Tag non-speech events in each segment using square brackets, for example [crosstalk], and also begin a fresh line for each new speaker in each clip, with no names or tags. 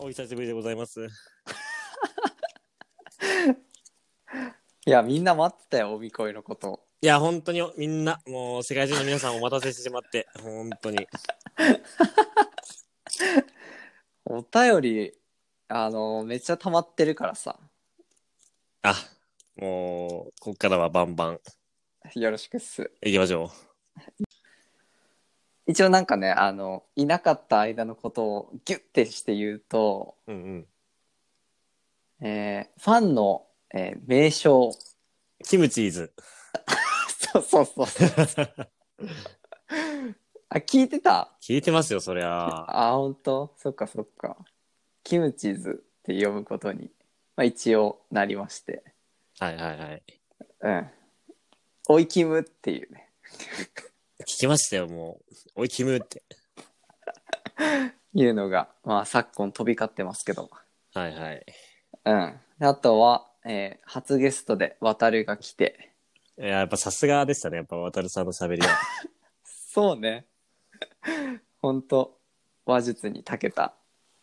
久しぶりでございます。
いや、みんな待ってたよ、おみこいのこと。
いや、本当にみんな、もう世界中の皆さんお待たせしてしまって、本当に。
お便り、あの、めっちゃ溜まってるからさ、
あ、もう、こっからはバンバン
よろしくっす。
行きましょ
一応なんかね、あの、いなかった間のことをギュッてして言うと、
う。うんうん。
えーファンの、えー名称。 [laughs]
キムチーズ。
そうそうそうそう。あ、聞いてた
聞いてますよ、そりゃ。
あ、ほんとそっかそっか。キムチーズって呼ぶことに、まあ一応なりまして。
はいはいはい。
うん。おいキムっていうね。
聞きましたよ、もう。おい、キムって。
いうのが、まあ、昨今飛び交ってますけど。
はいはい。
うん。であとは、えー初ゲストで渡るが来て。
いや、やっぱさすがでしたね、やっぱ渡るさんの喋りは。
そうね。 [laughs] ほんと、話術に長けた。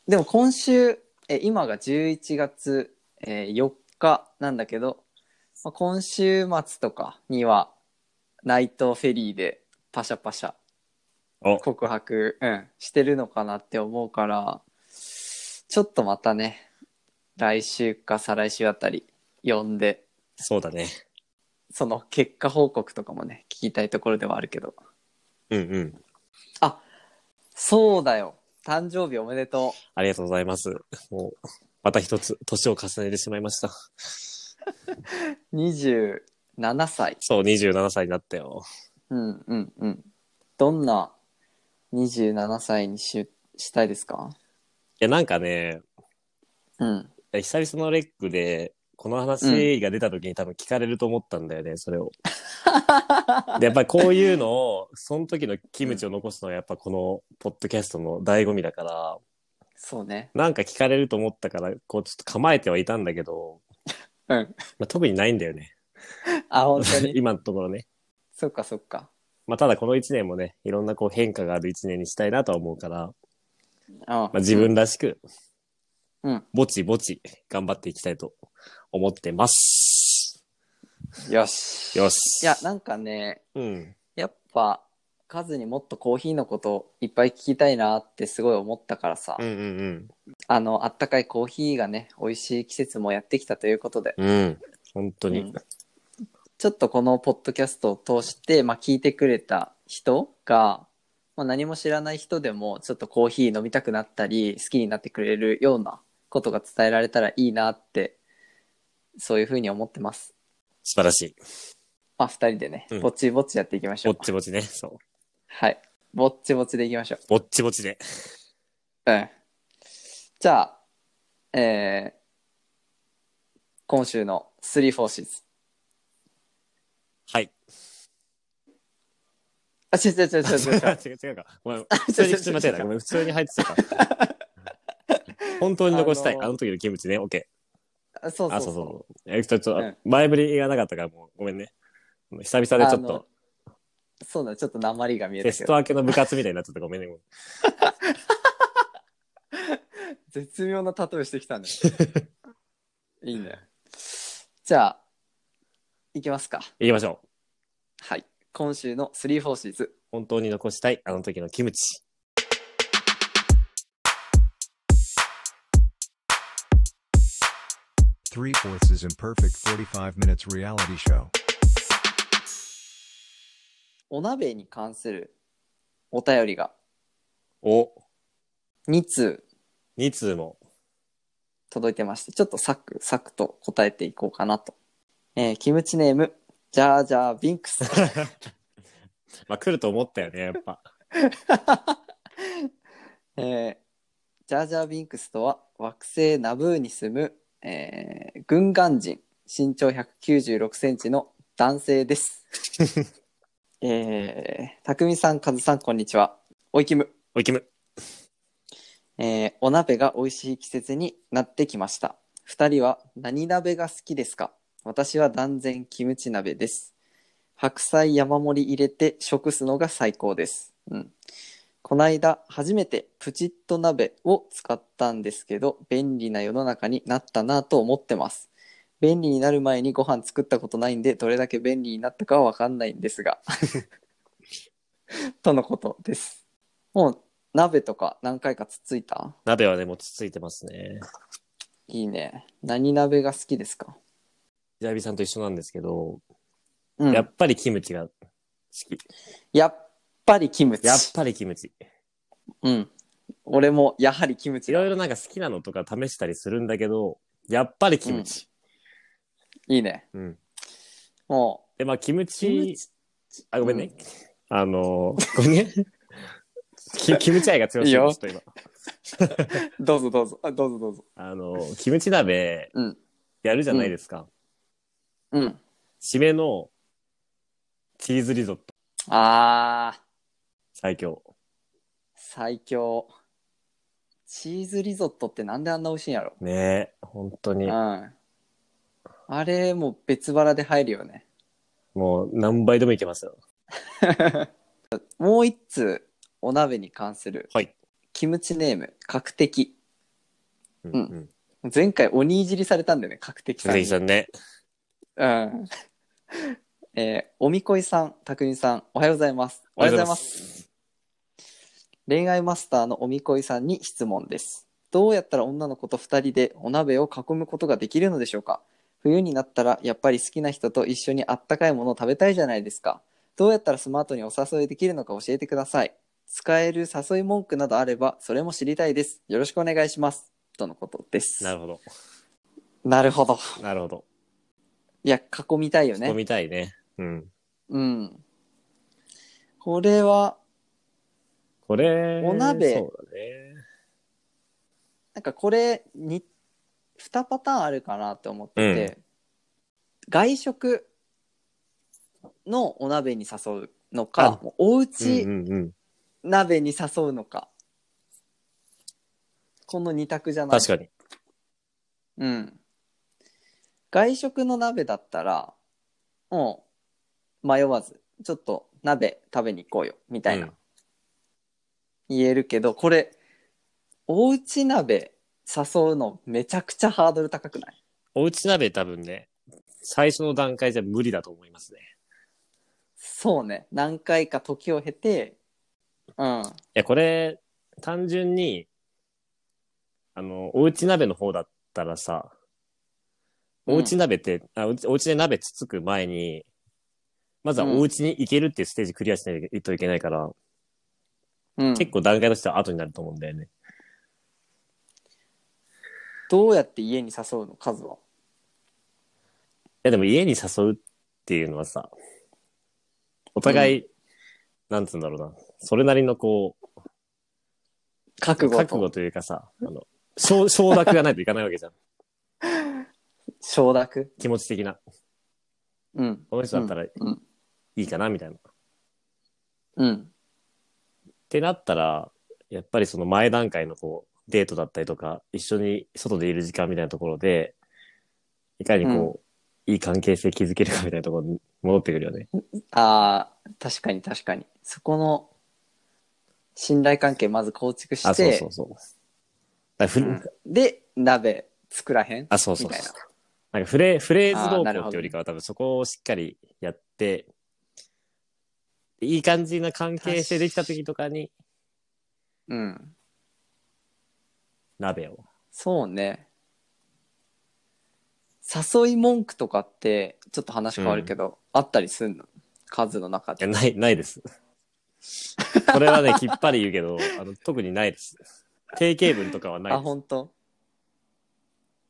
でも今週、えー今が11月、えー4日なんだけど、まあ、今週末とかには、ナイトフェリーでパシャパシャ
お、
告白、うん、してるのかなって思うからちょっとまたね来週か再来週あたり呼んで
そうだね。
その結果報告とかもね聞きたいところではあるけど
うんうん。
そうだよ誕生日おめでと
ありがとうございます。もう、また一つ、年を重ねてしまいました。
う27歳
そう、27歳になったよ。
うんうんうんどんな27歳にししたいですか
いや、なんかね、
うん
え久々のレックで、この話が出た時に多分聞かれると思ったんだよね、それ
[laughs]
を。で、やっぱりこういうのを、その時のキムチを残すのはやっぱこのポッドキャストの醍醐味だから、
そうね
なんか聞かれると思ったから、こうちょっと構えてはいたんだけど、
うん
まあ、特にないんだよね。
あ本当に
[laughs] 今のところね。
[laughs] そっかそっか
まあ、ただこの1年もね、いろんなこう変化がある1年にしたいなとは思うから、
あ
まあ、自分らしく、
うん
ぼちぼち頑張っていきたいと思ってます。
よし
よし。
いやなんかね
うん。
やっぱカズにもっとコーヒーのこといっぱい聞きたいなってすごい思ったからさ、
うんうん
あのあったかいコーヒーがね美味しい季節もやってきたということで、
うん。うん。本当に。
うんちょっとこのポッドキャストを通して、まあ、聞いてくれた人が、まあ、何も知らない人でもちょっとコーヒー飲みたくなったり好きになってくれるようなことが伝えられたらいいなってそういうふうに思ってます。
素晴らしい。
まあ2人でね、
うん
ぼっちぼっちやっていきましょ
ぼ
う
っ。ちぼちね。そう。
はい。ぼっちぼっちでいきましょう。
ぼっちぼちで。
うん。じゃあ、えー、今週の3、4シーズン。
はい。
あ、違う違 [laughs] う違う違う違う。
違う [laughs] 違うか。ごめ
[laughs]
ん。普通に、普通に間違えた。ごめん。普通に入ってたか。本当に残したい。あ
あ
の
のー
時のキムチね。オッケ
あそ
ー。
うそ
あ、
う
そ
そうう
そう。え、ちょっと
うん、
前振りがなかったから、もう、ごめんね。久々でちょっ
あの
と、
そうだ、ちょっと鉛が見え
テ
た
ス
け
ト
ど。
明けの部活みたいになっちゃった。ごめんね。
絶妙な例えして
[laughs]
きたね。いいね。じゃあ、いきますか。
行きましょう。
はい。今週の3、4シーズ
本当に残したい。あの時のキムチ。
Three fourths is imperfect 45 minutes reality show.
お鍋に関するお便りが
お、
2通
2通も。
届いてまして、ちょっとサクサクと答えていこうかなと。えーキムチネーム、ジャージャービンクス。 [laughs]
まあ、来ると思ったよね、やっぱ。
えージャージャービンクスとは、惑星ナブーに住む、えー軍艦人、身長196センチの男性です。えー、たくみさん、かずさん、こんにちは。おいきむ。
おい、キム。
えーお鍋が美味しい季節になってきました。二人は何鍋が好きですか私は断然キムチ鍋です。白菜山盛り入れて食すのが最高です。うん。こないだ初めてプチッと鍋を使ったんですけど、便利な世の中になったなと思ってます。便利になる前にご飯作ったことないんで、どれだけ便利になったかはわかんないんですが。 [laughs] とのことです。もう鍋とか何回かつっついた
鍋はね、もうつついてますね。
いいね。何鍋が好きですか
ジャビさんと一緒なんですけど、
うん。
や
や
っぱりキムチが好き。
っぱりキムチ
や。っぱりキム
[laughs]
チ。
うん。俺もやはりキム
い
チだ。
ろいろなんか好きなのとか試したりするんだけど、やっぱりキムチ。
いいね。
うん。
も
で、まあ、キム
う、
チ、
キムチ。
あ、ごめんね。
うん
あのー、
[laughs]
ごめんね。キキムチ愛が強すぎ
いい
ま
よ
した、今。
どうぞどうぞ。あどうぞどうぞ。
あのー、キムチ鍋
うん、
やるじゃないですか。
うん。
締めの、チーズリゾット、
あー、
最強。
最強。チーズリゾットってなんであんな美味しいんやろ。
ねえ、本当
う
に
ん。。あれ、もう別腹で入るよね。 [laughs]
もう、何倍でもいけますよ。
もう一通、お鍋に関する、
はい。
キムチネーム、角的。
うん。
う
うんん。
前回、鬼いじりされたんだよね、角的さん
鈴
に
木。さんね。
うん。 [laughs] えーおみこいさん、たくみさん、おはようございます。。
おはようございます
恋愛マスターのおみこいさんに質問です。どうやったら女の子と2人でお鍋を囲むことができるのでしょうか冬になったらやっぱり好きな人と一緒にあったかいものを食べたいじゃないですか。どうやったらスマートにお誘いできるのか教えてください。使える誘い文句などあればそれも知りたいです。よろしくお願いします。とのことです。
なるほど。
なるほど。
なるほど。
いや、囲みたいよね。
ね、みたいね。うん。
うん。これは、
これ、
お鍋
そうだね。
なんかこれに、2パターンあるかなと思ってて、外食のお鍋に誘うのか
あ、
もうおう
う
ち
んうんうん。
鍋に誘うのか。この2択じゃない
確かに。
うん。外食の鍋だったら、もう迷わず、ちょっと鍋食べに行こうよ、みたいな。
うん
言えるけど、これ、おうち鍋誘うのめちゃくちゃハードル高くない
おうち鍋多分ね、最初の段階じゃ無理だと思いますね。
そうね。何回か時を経て、うん。
いや、これ、単純に、あの、おうち鍋の方だったらさ、おうち鍋って、あおうちおうちで鍋つつく前に、まずはおうちに行けるっていうステージクリアしないといけないから、
うん、
結構段階としては後になると思うんだよね。
どうやって家に誘うの数は。
いやでも家に誘うっていうのはさ、お互い、なんつうんだろうな、それなりのこう、
覚悟と
覚悟というかさ、あの、承承諾がないといかないわけじゃん。 [laughs]
承諾。
気持ち的な。
うん。
この人だったらい
うん
いかな、みたいな。っ
うん。
てなったら、やっぱりその前段階のこう、デートだったりとか、一緒に外でいる時間みたいなところで、いかにこう、いい関係性築けるかみたいなところに戻ってくるよね。
ああ、確かに確かに。そこの、信頼関係まず構築して、
あ、そうそうそう。だからふ
うんで、鍋作らへん
あ、そうそう
みたいな。
なんかフレフレー
あ
ズ
ー
動
なるほ
向っ
ど
てよりかは多分そこをしっかりやって、いい感じな関係性できた時とかに
うん。
鍋を。
そうね。誘い文句とかって、ちょっと話変わるけど、あったりすんの数の中
いや、
で。
ない、ない
[laughs]
です。これはね、きっぱり言うけど、あの、特にないです。定型文とかはない
あ、
です。
本当。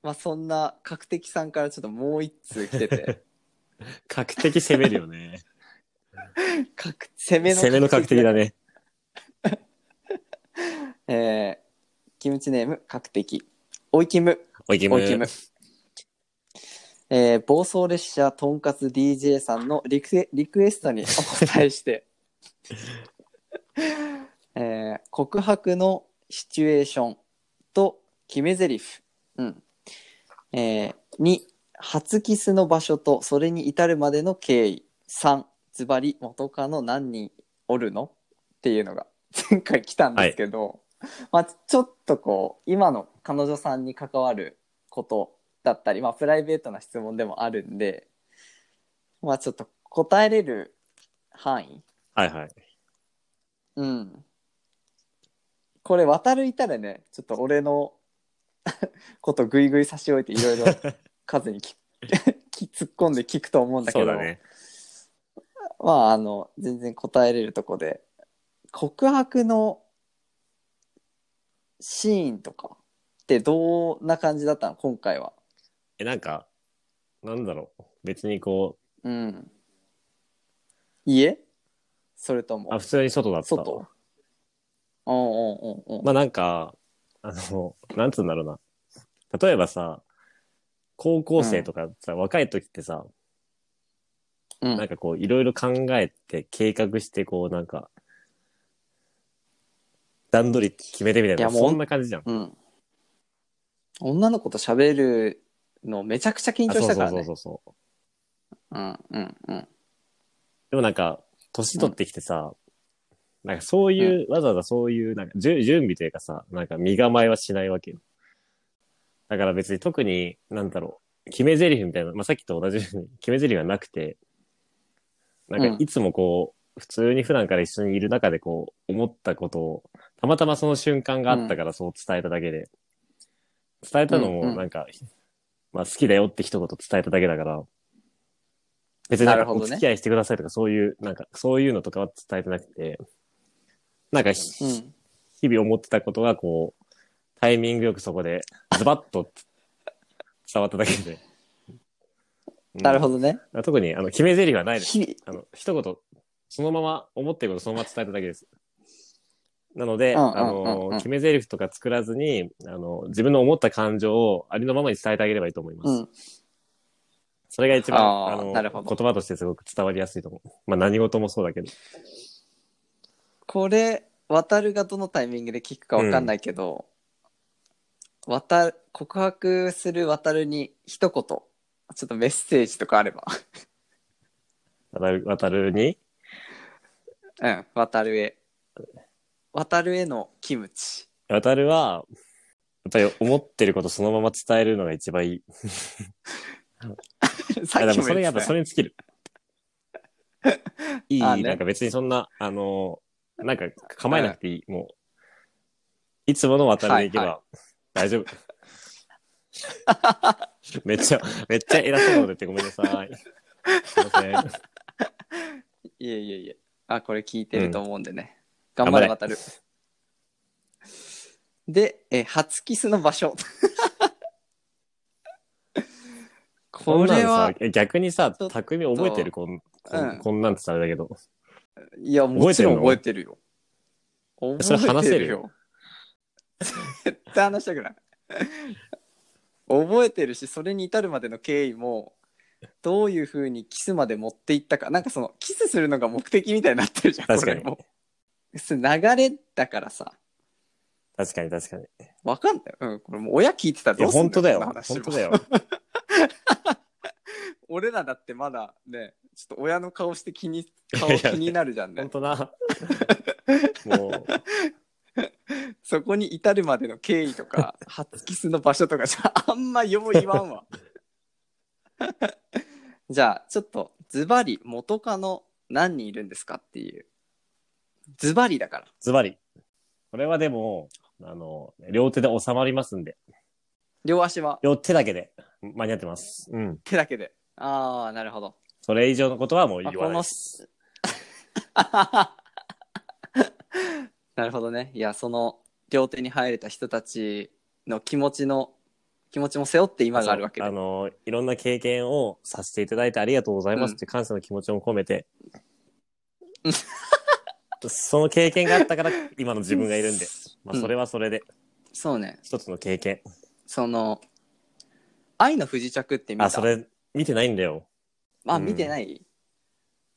まあ、そんな、角的さんからちょっともう一通来て
[laughs]
て、
確的攻めるよね。
角攻めの
攻めの確的だ
[laughs]
ね。
えーキムチネーム、角的。おいキム。
おいきむ。
おいキム。えー暴走列車とんかつ DJ さんのリクエリクエストにお答えして、 [laughs] えー告白のシチュエーションと決め台詞、うんえ2初キスの場所とそれに至るまでの経緯3ズバリ元カノ何人おるのっていうのが前回来たんですけど、まあ、ちょっとこう今の彼女さんに関わることだったり、まあ、プライベートな質問でもあるんで、まあ、ちょっと答えれる範囲、
はいはい。
うん、これ渡るいたらねちょっと俺の [laughs] ことぐいぐい差し置いてい
[laughs]
ろいろ数にき [laughs] き突っ込んで聞くと思うんだけ
そう
ど
だね。
まああの全然答えれるとこで告白のシーンとかってどんな感じだったの今回は。
え、なんか、なんだろう。別にこ
うん。家それと
う、あ、
も
普通に外だった。
外うんうんうんうん。
まあなんか、あの、なんつうんだろうな。例えばさ、高校生とかさ、若い時ってさ、
うん
なんかこう、いろいろ考えて、計画して、こう、なんか、段取り決めてみたい
い
な、
やもう
そんな感じじゃん。
うん。女の子と喋るのめちゃくちゃ緊
あそ
張し
う
た
そう
から
そう
ね。
そうそう。
うんうんうん。
でもなんか、年取ってきてさ、なんかそういう、わざわざそういう、なんか、じゅ準備というかさ、なんか身構えはしないわけよ。だから別に特に、なんだろう、決め台詞みたいな、まあ、さっきと同じように決め台詞はなくて、なんかいつもこう、普通に普段から一緒にいる中でこう、思ったことを、たまたまその瞬間があったからそう伝えただけで、伝えたの
うんう
も
ん
なんか、まあ好きだよって一言伝えただけだから、別になん
なる
か
ほ
お
どね
付き合いしてくださいとかそういう、なんかそういうのとかは伝えてなくて、なんかひ
うん。
日々思ってたことがこう、タイミングよくそこでズバッと伝わっただけで。
[laughs] なる
ど
ほどね。。
あ特にあの決め台詞はないです。
日々
あの、一言、そのまま、思ってることそのまま伝えただけです。なので、
うんうん
あ
うん
の
うん、
決め台詞とか作らずに、あの、自分の思った感情をありのままに伝えてあげればいいと思います。
うん。
それが一番、
あー
あの、
なるほど
言葉としてすごく伝わりやすいと思う。まあ何事もそうだけど。
これ、渡るがどのタイミングで聞くかわかんないけど、渡る、告白する渡るに一言、ちょっとメッセージとか
[laughs]
あれば。
渡る、渡るに、
うん、渡るへ。渡るへのキムチ。
渡るは、やっぱり思ってることそのまま伝えるのが一番いい。
さ
あ
っ
で
き
も
も
それ
言
や
っ
ってぱ
た
そ
よ。
れに尽きる。いい、
[laughs] あね
なんか別にそんな、あの、なんか構えなくていい。もう、いつもの渡りでいけ
はい
ば大丈夫。 [laughs] めっちゃ、めっちゃ偉そうなこと言ってごめんなさい。すいません。
いえいえいえ。あ、これ聞いてると思うんでね。
ん
頑張れ、
頑
渡る。で、え、初キスの場所。 [laughs] こ
こん
れは、
なんさ逆にさ
ちょっ、と
匠覚えてるこん、こん
うん
こんなんってあれだけど。
いや、もちろん
覚
覚
え
えてるよ。
それ
覚
話
えて
せ
る
る
よ。 [laughs] 絶対話したくない。覚えてるし、それに至るまでの経緯も、どういうふうにキスまで持っていったか、なんかその、キスするのが目的みたいになってるじゃん、
確かに
これも。それ流れだからさ、
確かに確かに。
わかんない。うん、これもう親聞いてたら
い
ど
や、
うすん
本当だよ
この。話
本
も
当だよ。
俺らだってまだね、ちょっと親の顔して気に、顔
いやいや
気になるじゃんね
本。当な。
[laughs]
もう、
そこに至るまでの経緯と [laughs] か、初キスの場所とかじゃあんまよう言わんわ。 [laughs] じゃあ、ちょっと、ズバリ、元カノ何人いるんですかっていう。ズバリだから。
ズバリ。これはでも、あの、両手で収まりますんで。
両足は
両手だけで間に合ってます。うん。
手だけで。ああ、なるほど。 [laughs]
それ以上のことはもう
まあ
言わないで
こ
す。
のなるほどね。いや、その、両手に入れた人たちの気持ちの、気持ちも背負って今があるわけ
そうあ
で。
の、いろんな経験をさせていただいてありがとうございますっていう感謝の気持ちも込めて。 [laughs] その経験があったから今の自分がいるんで。まあ、
うん
それはそれで、
そうね。
一つの経験。
その、愛の不時着って見た
あ、それ、見てないんだよ。
あ、
うん
見てない、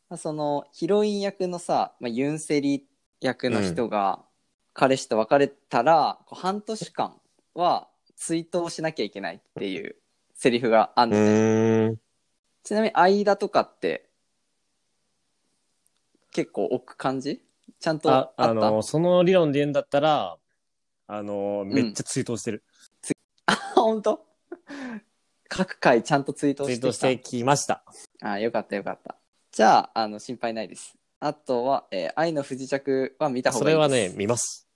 まあそのヒロイン役のさ、まあ、ユンセリ役の人が彼氏と別れたら、こう半年間は追悼しなきゃいけないっていうセリフがある
う
のね、
ーん。
ちなみに間とかって結構置く感じちゃんとあっ
あ、
た
あの、その理論で言うんだったら、あの、めっちゃ追悼してる。
[laughs] 本当各回ちゃんとツイート
追
して
悼
き
したてきました。
あよかったよかったじゃああの心配ないですあとは、えー愛の不時着」は見た方
そ
がい
れ
い
は
で
ね
す、
見ます。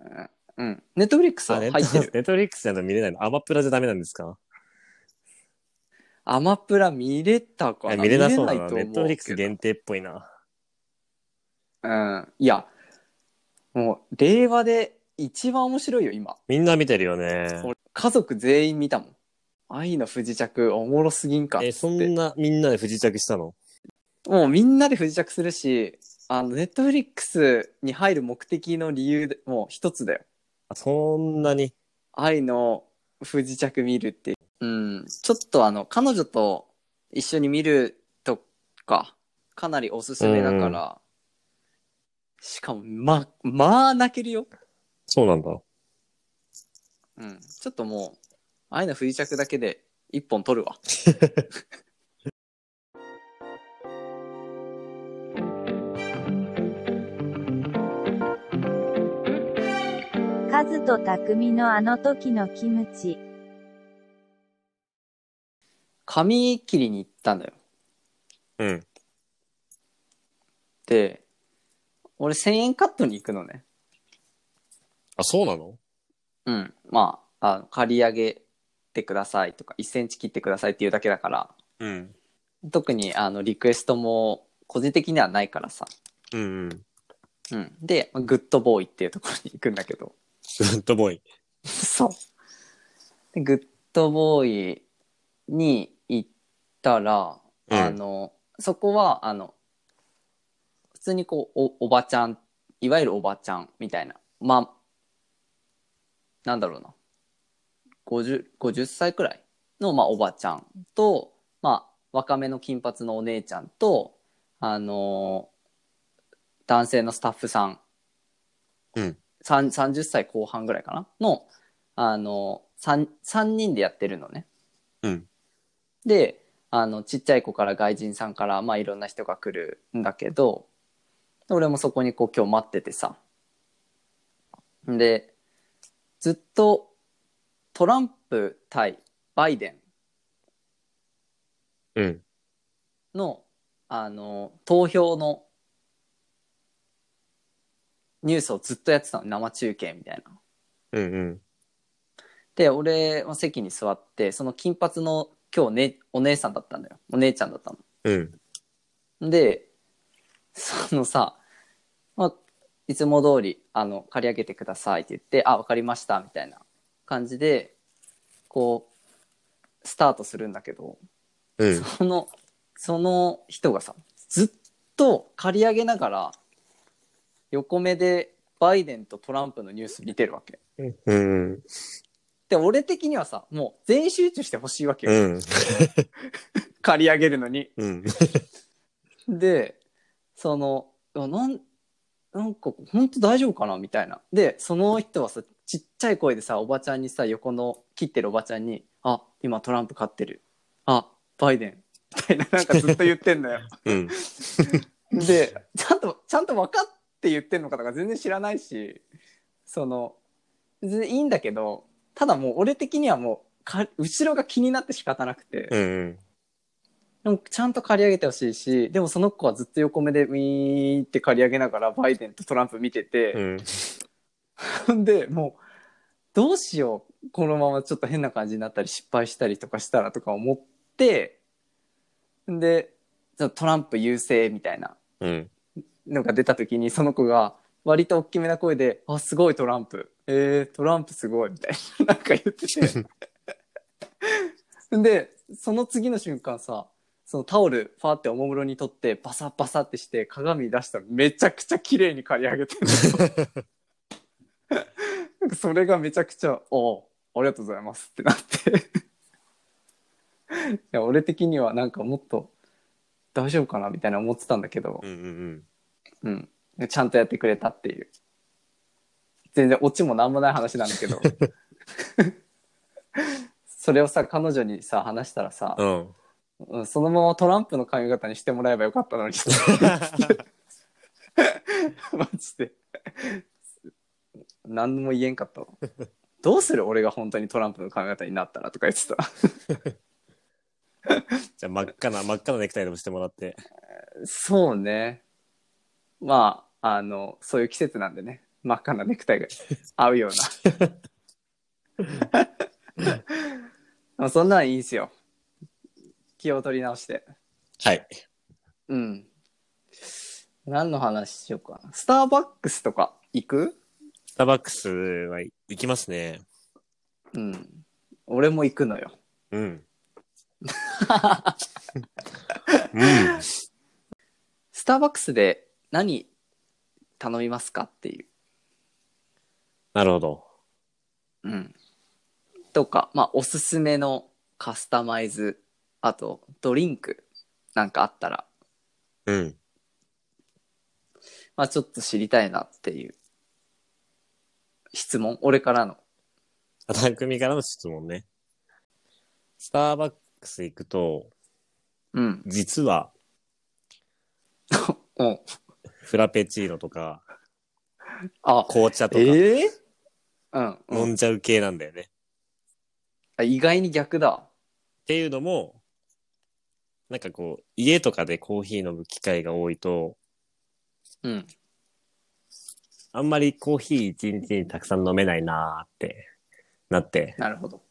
うんうんネットフリックス
あ
は
ネ
入
ット
ってる
ネットフリックスだと見れないのアマプラじゃダメなんですか
アマプラ見れたか
いや
な
見れなそうだ
見
な。
れ
ネ
い
ッ
と
トフ
思う
リックス限定っぽいな。
うんいやもう令和で一番面白いよ今
みんな見てるよね。
俺家族全員見たもん愛の不時着おもろすぎんかっつって
え、そんなみんなで不時着したの
もうみんなで不時着するしあのネットフリックスに入る目的の理由でもう一つだよ
あそんなに。
愛の不時着見るっていううんちょっとあの彼女と一緒に見るとかかなりおすすめだから、
うん
しかもままあ泣けるよ、
そうなんだ。
うん、ちょっともう愛の不時着だけで一本取るわ
カズと匠のあの時のキムチ。
髪切りに行ったんだよ
うん。
で俺1000円カットに行くのね
あ、そうなの
うん。まあ、あの借り上げてくださいとか、1センチ切ってくださいっていうだけだから、
うん。
特にあのリクエストも個人的にはないからさ。
うんうん。グ
うん。で、まあグッドボーイっていうところに行くんだけど。
ッ [laughs] ドボーイ。
そう。で、グッドボーイに行ったら、
うん
あの、そこは、あの、普通にこう、お、おばちゃん、いわゆるおばちゃんみたいな。まあ、なんだろうな。50、50歳くらいの、まあ、おばちゃんと、まあ、若めの金髪のお姉ちゃんと、あの男性のスタッフさん、
うん
さん30歳後半ぐらいかなの、あの 3, 三人でやってるのね。
うん
であのちっちゃい子から外人さんから、まあ、いろんな人が来るんだけど俺もそこにこう今日待っててさでずっとトランプ対バイデン
うん。
の、あの、投票のニュースをずっとやってたの、生中継みたいな。
うんうん。
で、俺は席に座って、その金髪の今日ね、お姉さんだったんだよ。お姉ちゃんだった
うん。
の。で、そのさ、まあ、いつも通り、あの、借り上げてくださいって言って、あ、わかりました、みたいな感じで、こう、スタートするんだけど、
うん。
その、その人がさ、ずっと借り上げながら、横目でバイデンとトランプのニュース見てるわけ。
うん。
で、俺的にはさ、もう全集中してほしいわけよ。
うん。
借り上げるのに。
うん。
で、その、いやなん、なんか、本当大丈夫かなみたいな。で、その人はさ、ちっちゃい声でさ、おばちゃんにさ、横の切ってるおばちゃんに、あ、今トランプ勝ってる。あ、バイデン。みたいな、なんかずっと言ってんだよ。
うん。
で、ちゃんと、ちゃんと分かって言ってんのかとか全然知らないし、その、全然いいんだけど、ただもう俺的にはもう、か後ろが気になって仕方なくて、
うん。
でもちゃんと借り上げてほしいし、でもその子はずっと横目でウィーンって借り上げながらバイデンとトランプ見て
う
て、
ん。
ん、で、もう、どうしよう、このままちょっと変な感じになったり失敗したりとかしたらとか思って、んで、ちょっとトランプ優勢みたいな
うん。
のが出た時にその子が割と大きめな声で「あすごいトランプえー、トランプすごい」みたいな [laughs] なんか言っててでその次の瞬間さそのタオルファーっておもむろに取ってバサバサってして鏡出したらめちゃくちゃ綺麗に刈り上げてる [laughs] なんかそれがめちゃくちゃ「おうありがとうございます」ってな [laughs] っていや俺的にはなんかもっと大丈夫かなみたいな思ってたんだけど、
うん。
うん。ちゃんとやってくれたっていう。全然オチもなんもない話なん
[laughs]
だけど。それをさ、彼女にさ、話したらさ、
うん。 [laughs]
うんそのままトランプの髪型にしてもらえばよかったのに。マジで。何も言えんかっ
[laughs]
たわ。どうする俺が本当にトランプの髪型になったらとか言ってた。
じゃあ真っ赤な、真っ赤なネクタイでもしてもらって。
そうね。まあ、あの、そういう季節なんでね。真っ赤なネクタイが合うよう [laughs] な。そんなんいいんすよ。気を取り直して。
はい。
うん。何の話しようかな。スターバックスとか行く
スターバックスは行きますね。
うん。俺も行くのよ。
うん。うん。
スターバックスで何頼みますかっていう。
なるほど。
うん。とか、まあ、おすすめのカスタマイズ、あと、ドリンクなんかあったら、
うん。
まあ、ちょっと知りたいなっていう質問、俺からの。
片組からの質問ね。スターバックス行くと、
うん。
実は
うん。
フラペチーノとか
あ、
紅茶とか
えーうん、う
飲
ん
んじゃう系なんだよね。っ
あ。意外に逆だ。
ていうのも、なんかこう、家とかでコーヒー飲む機会が多いと、
うん。
あんまりコーヒー一日にたくさん飲めないなーってなって。
なるほど。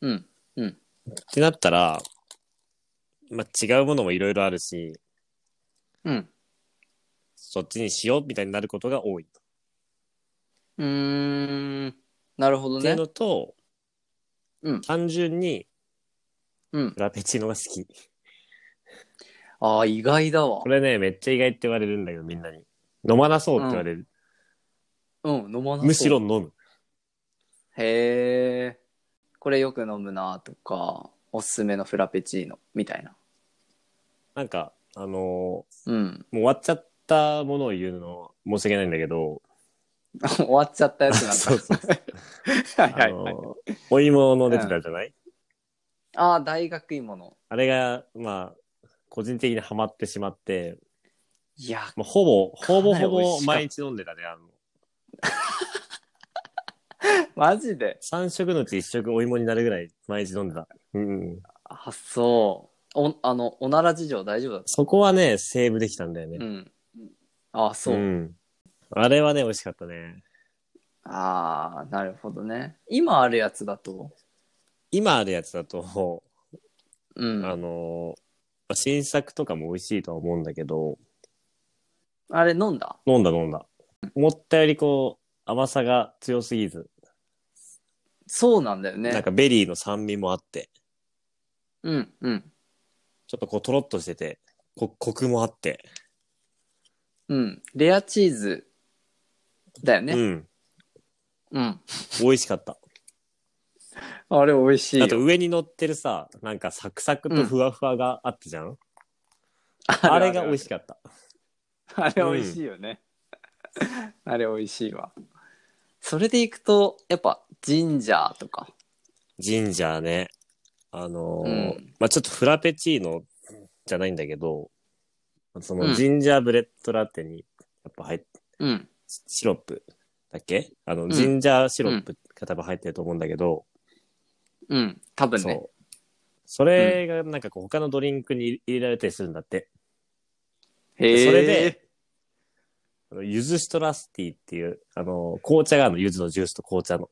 うん。
ってなったら、まあ、違うものもいろいろあるし、
うん。
そっちにしようみたいになることが多い。
うーん。なるほど
ってい
ね
う。のと、
うん
単純に
うん。
フラペチーノが好き。
ああ、意外だわ
こ。れね、めっちゃ意外って言われるんだけど、みんなに。飲まなそうって言われる。
うん、飲まなそう
むしろ。飲む。
へえ。これよく飲むなとか、おすすめのフラペチーノみたいな。
なんか、あのーも
うん。 [laughs]
う終わっちゃったものを言うの申し訳ないんだけど、
終わっちゃったやつなんだ。
そうそう
[laughs] はい
あ
はい
の
はい。
ーお芋の出てたじゃない、
ああ、大学芋の。
あれが、まあ、個人的にハマってしまって、
いや、
もうほぼ、ほぼ
かな
ほ
り美味しか
ぼ
った
毎日飲んでたね。あの
マジで。
3食のうち1食お芋になるぐらい毎日飲んでた。うん。
あ、そう。お、あの、おなら事情大丈夫だっ
そこはね、セーブできたんだよね。
た。うん。あ、そう。
んあれはね、美味しかったね。
ああ、なるほどね。今あるやつだと。
今あるやつだと、
う
あ
ん。
のー新作とかも美味しいとは思うんだけど、
あれ飲んだ
飲んだ飲んだ。思ったよりこう、甘さが強すぎず、
そうなんだよね。
なんかベリーの酸味もあって、
うん、うん、
ちょっとこう、とろっとしてて、こコクもあって、
うん。レアチーズだよ
う
ね。
ん、
うん。
美味しかった。
あれ美味しい
あと
よ。
上に乗ってるさ、なんかサクサクとふわふわがあったじゃん、
あ
あれが美味し
い。
かった。
あれ美味しいよね。 [laughs] あれ美味しいわ。それでいくと、やっぱ、ジンジャーとか。
ジンジャーね。あのー
うん
まあちょっとフラペチーノじゃないんだけど、そうの
ん
ジンジャーブレッドラテに、やっぱ入っ
うん、
シロップだっけあの、
ん
ジンジャーシロップが多分入ってると思うんだけど、
うん。多分
そ
ね。
う。それがなんかこう他のドリンクに入れられたりするんだって。
へえ。
それで、あのゆずシトラスティっていう、あの、紅茶があるの、ゆずのジュースと紅茶の。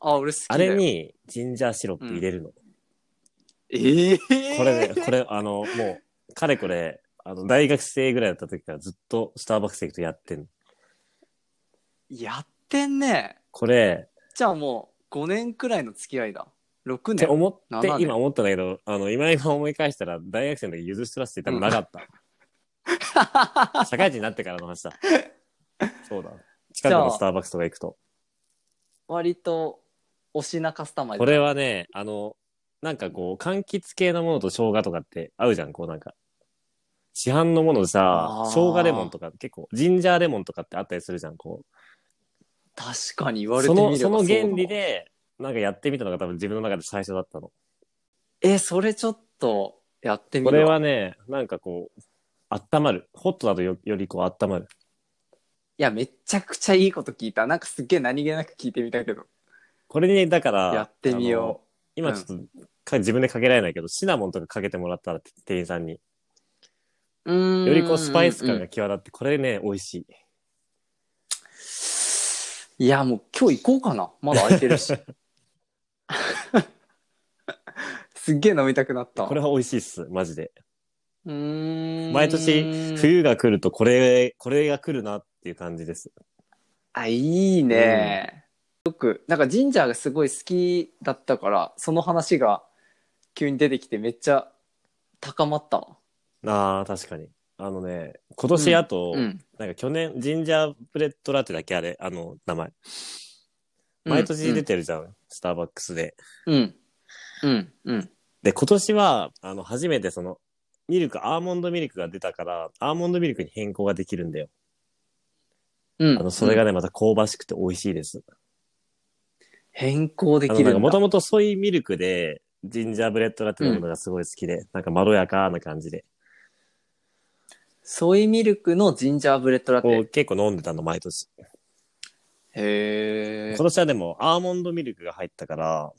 あ、俺好きだ
あ
よ。
れにジンジャーシロップ入れるの。
ええ
これね、これ、あの、もう、かれこれ、あの、大学生ぐらいだった時からずっとスターバックス行くとやってんの。
やってんね。
これ、
じゃあもう5年くらいの付き合いだ。6
って
年。
思って
7、年
今思ったんだけど、あの、今今思い返したら、大学生の時ゆずシトラスティ多分なかった。
[laughs]
社会人になってからの話だ。そうだ。近くのスターバックスとか行くと。
割と推しなカスタマイズ。
これはね、あの、なんかこう、柑橘系のものと生姜とかって合うじゃん、こうなんか。市販のものでさ
あー、
生姜レモンとか結構、ジンジャーレモンとかってあったりするじゃん、こ
確かに言わ
う。
れて
そ
みれば
の、そうの
だ
原理。で、なんかやってみたのが多分自分の中で最初だったの。
え、それちょっとやってみ
こ
る
れ
わ
はね、なんかこう、温まる。ホットだとよよりこう温まる。
いや、めちゃくちゃいいこと聞いた。なんかすっげえ何気なく聞いてみたけど。
これに、だから、
やってみ
あの
よ
今ちょっと、か自分でかけられないけど、シナモンとかかけてもらったら、店員さんに。
う。うん
よりこう、スパイス感
うんう
が
ん
際立って、これね、美味しい。
いや、もう今日行こうかな。まだ空いて
[laughs]
るし。すっげえ飲みたくなった。
これは美味しいっす、マジで。
うーん
毎年、冬が来ると、これ、これが来るなっていう感じです。
あ、いいね。よく、なんかジンジャーがすごい好きだったから、その話が急に出てきてめっちゃ高まったわ。
ああ、確かに。あのね、今年あと、
うん。
なんか去年、ジンジャーブレッドラテだっけあれ、あの、名前。毎年出てるじゃん、スターバックスで。
うん。うん。うん。
で、今年は、あの、初めてその、ミルク、アーモンドミルクが出たから、アーモンドミルクに変更ができるんだよ。
うん。
あの、それがね、また香ばしくて美味しいです。
変更で
あ
き
の、
る
なんか
んだ。
もともとソイミルクで、ジンジャーブレッドラテ飲むのがすごい好きで、なんかまろやかな感じで。
ソイミルクのジンジャーブレッドラ
こう
テ。
結構飲んでたの、毎年。
へ
今
ー。
年はでも、アーモンドミルクが入ったから、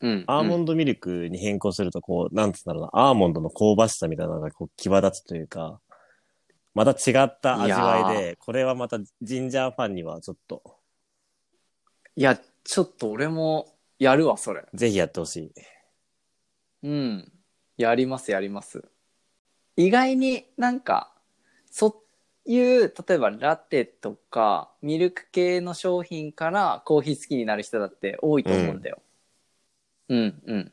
うん。
アーモ
ン
ンドミルクに変更すると、こう、なんつうんだろうな、アーモンドの香ばしさみたいなのがこう際立つというか、また違った味わい
い
で、これはまたジンジャーファンにはちょっと、
いや、ちょっと俺もやるわ、それ。
ぜひやってほしい。
うん。やります、やります。意外になんか、そういう、例えばラテとか、ミルク系の商品からコーヒー好きになる人だって多いと思うんだよ。うん、うん、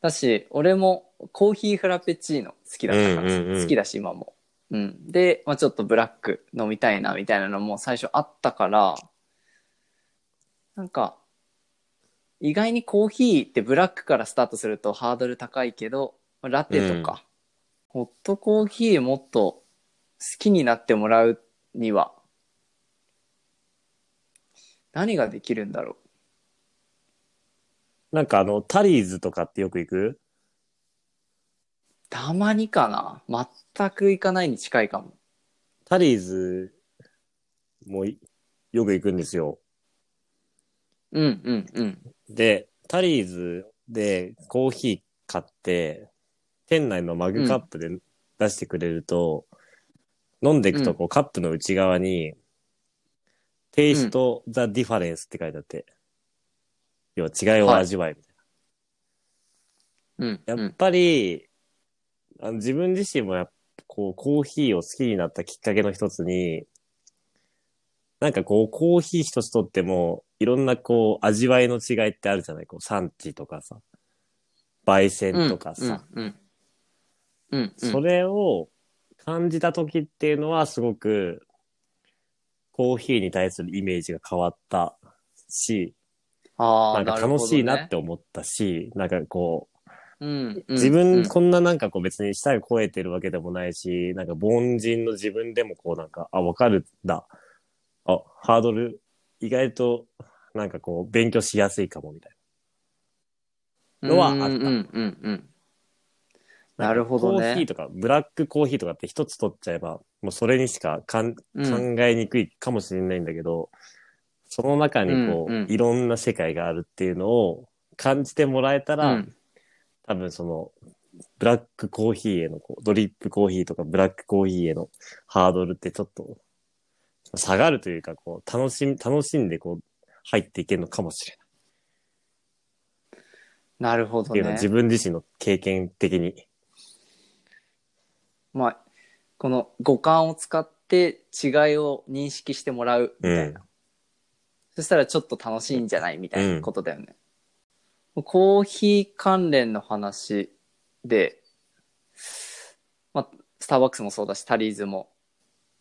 だし、俺もコーヒーフラペチーノ好きだったからさ、
うんうんうん
好きだし、今も。うん。で、まあちょっとブラック飲みたいな、みたいなのも最初あったから、なんか、意外にコーヒーってブラックからスタートするとハードル高いけど、まあラテとか、ホットコーヒーもっと好きになってもらうには、何ができるんだろ
なんかあの、タリーズとかってよく行く
う。たまにかな。全く行かないに近いかも。
タリーズもいよく行くんですよ。
うんうんうん。
で、タリーズでコーヒー買って、店内のマグカップで出してくれると、飲んでいくとこう、カップの内側に、テイスト・ザ・ディファレンスって書いてあって、要は違いを味わいみたい
うん、
な。
う
やっ
ん。
ぱり、あの自分自身もやっぱこう、コーヒーを好きになったきっかけの一つに、なんかこう、コーヒー一つとっても、いろんなこう、味わいの違いってあるじゃないこう、産地とかさ、焙煎とかさ、
うん。うん。うん、うん。
それを感じた時っていうのはすごくコーヒーに対するイメージが変わったし、
あ
な
あ、
んか
なるほどね
楽しいなっ。て思ったし、なんかこう、
うん。
自
うんう
分
ん
こんななんかこう別に舌が肥えてるわけでもないし、なんか凡人の自分でもこうなんか、あ、わかるんだ。あ、ハードル意外となんかこう勉強しやすいかもみたいのはあった
うんうんうんうん。なるほ
な。
ど
コーヒー
ね。
とか、ブラックコーヒーとかって一つ取っちゃえば、もうそれにしかかん
うん
考えにくいかもしれないんだけど、その中にこう、
うんうん
いろんな世界があるっていうのを感じてもらえたら、
うん
多分その、ブラックコーヒーへのこう、ドリップコーヒーとかブラックコーヒーへのハードルってちょっと下がるというか、こう、楽しみ、楽しんでこう、入っていけるのかもしれない。
なるほ
っ
ど
ていうのは
ね。
自分自身の経験的に。
まあ、この五感を使って違いを認識してもらうみたいな。そしたらちょっと楽しいんじゃないみたいなことだよね。コーヒー関連の話で、まあ、スターバックスもそうだし、タリーズも、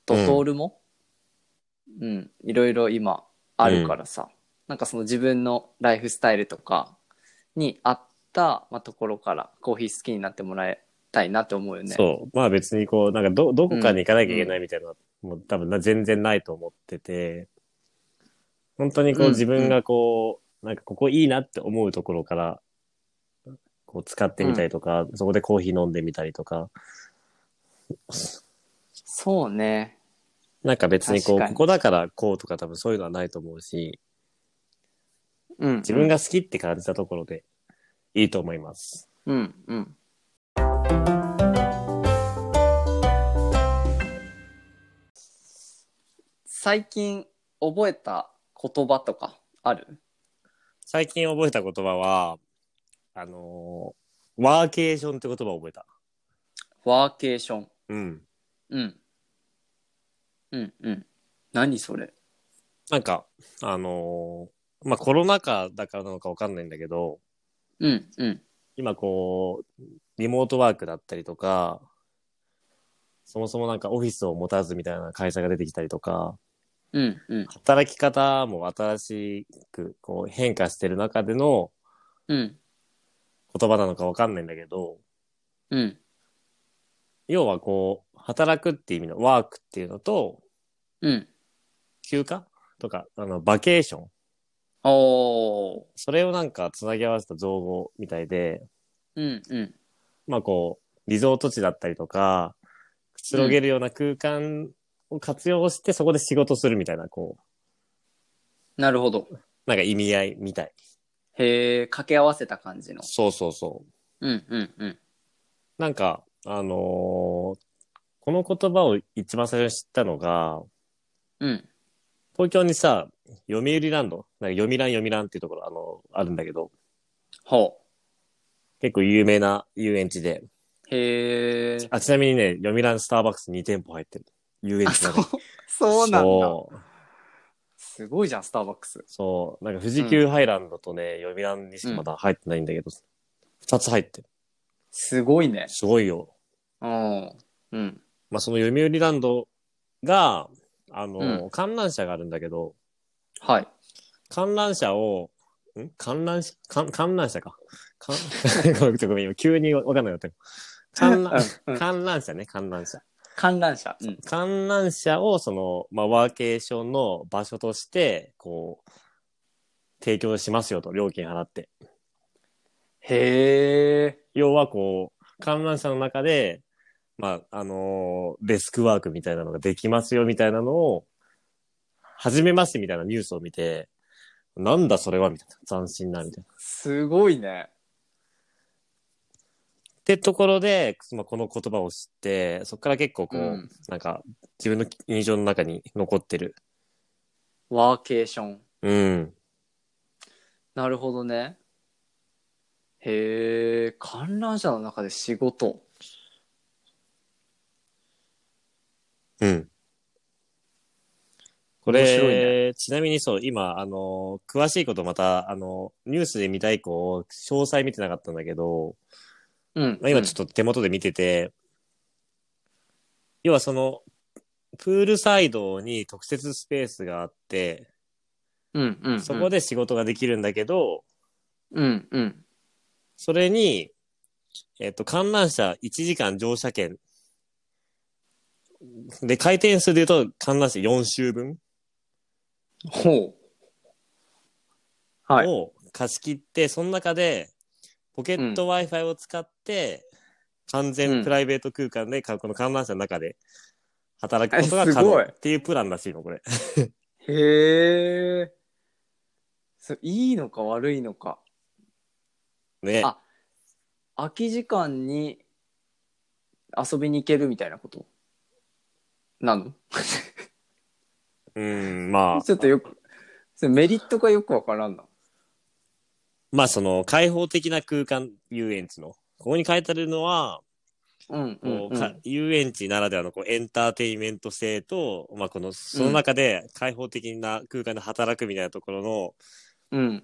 ドトールも、うん、いろいろ今あるからさ、なんかその自分のライフスタイルとかに合った、まあ、ところからコーヒー好きになってもらいたいなって思うよね。
そう。まあ別にこう、なんかど、どこかに行かなきゃいけないみたいな、もう多分な全然ないと思ってて、本当にこ
う
うん自分がこう、なんかここいいなって思うところから、こう使ってみたりとか、そこでコーヒー飲んでみたりとか、
そうね。
なんか別にこう、
確か
こ
に
こだからこうとか多分そういうのはないと思うし、
うん。
自分が好きって感じたところでいいと思います。
うんうん。最近覚えた言葉とかある
最近覚えた言葉は、あのーワーケーションって言葉を覚えた。
ワーケーション。
うん。
うん。うんうん。何それ
なんか、あのーまあ、コロナ禍だからなのかわかんないんだけど、
うんうん。
今こう、リモートワークだったりとか、そもそもなんかオフィスを持たずみたいな会社が出てきたりとか、
うんうん。
働き方も新しくこう変化してる中での
うん
言葉なのかわかんないんだけど、
うん。
要はこう、働くっていう意味のワークっていうのと、
うん。
休暇とか、あの、バケーション。
おー。
それをなんかつなぎ合わせた造語みたいで、
うんうん。
まあこう、リゾート地だったりとか、くつろげるような空間を活用して、そこで仕事するみたいな、こう、
なるほど。
なんか意味合いみたい。
へえ、掛け合わせた感じの。
そうそうそう。
うんうんうん。
なんか、あのーこの言葉を一番最初に知ったのが、
うん。
東京にさ、読売ランド、なんか読みラン読みランっていうところ、あの、あるんだけど、
ほ
結構有名な遊園地で。
う。へえ。
あ、ちなみにね、読みランスターバックス2店舗入ってる。遊園
あ、
地
そ
の
う
中に。、
そうなんだ。
そう
すごいじゃん、スターバックス。
そう。なんか富士急ハイランドとね、読みランにしかまだ入ってないんだけど、二、つ入ってる。
すごいね。
すごいよ。
うん。うん。
まあ、その読売ランドが、あの、
う
観覧車があるんだけど、
はい。
観覧車を、ん観覧車観観覧車か。観ごめん、ちょっと [laughs] ごめん、今急にわかんなくなった。観覧、
[laughs] [laughs] うんうん
観覧車ね、観覧車。
観覧車。うん。
観覧車を、その、まあ、ワーケーションの場所として、こう、提供しますよと、料金払って。
へえ。
要はこう、観覧車の中で、まあ、あのーデスクワークみたいなのができますよみたいなのを、始めますみたいなニュースを見て、なんだそれはみたいな。斬新な、みたいな。っ
すごいね。
てところで、まあ、この言葉を知って、そこから結構こう、
うん
なんか、自分の印象の中に残ってる。
ワーケーション。
うん。
なるほどね。へえ、観覧車の中で仕事。
うん。こ
面白い
れ、ちなみにそう、今、あのー詳しいことまた、あのーニュースで見た以降、詳細見てなかったんだけど、
うん。
まあ、今ちょっと手元で見てて、要はその、プールサイドに特設スペースがあって、
と、うんうん、うん。
そこ
で。
で仕事ができるんだけど、
うんうん。
それに、えっと、観覧車1時間乗車券。で、回転数で言うと観覧車4周分
ほう。はい。
を貸し切って、その中でポケット Wi-Fi を使って、完全プライベート空間で、かこの観覧車の中で働くことが可
えすご
能
い
っていうプランらしいの、こ
[laughs]
れ。
へえ。そういいのか悪いのか。
ね。
あ空き時間に遊びに行けるみたいなことなの
うん、まあ、
ちょっとよく、それメリットがよくわからんな。
まあその開放的な空間遊園地の。ここに書いてあるのは、
うんうん、
こう
う
か
ん。
遊園地ならではのこうエンターテインメント性と、まあこの、その中で開放的な空間で働くみたいなところ
うん。
の、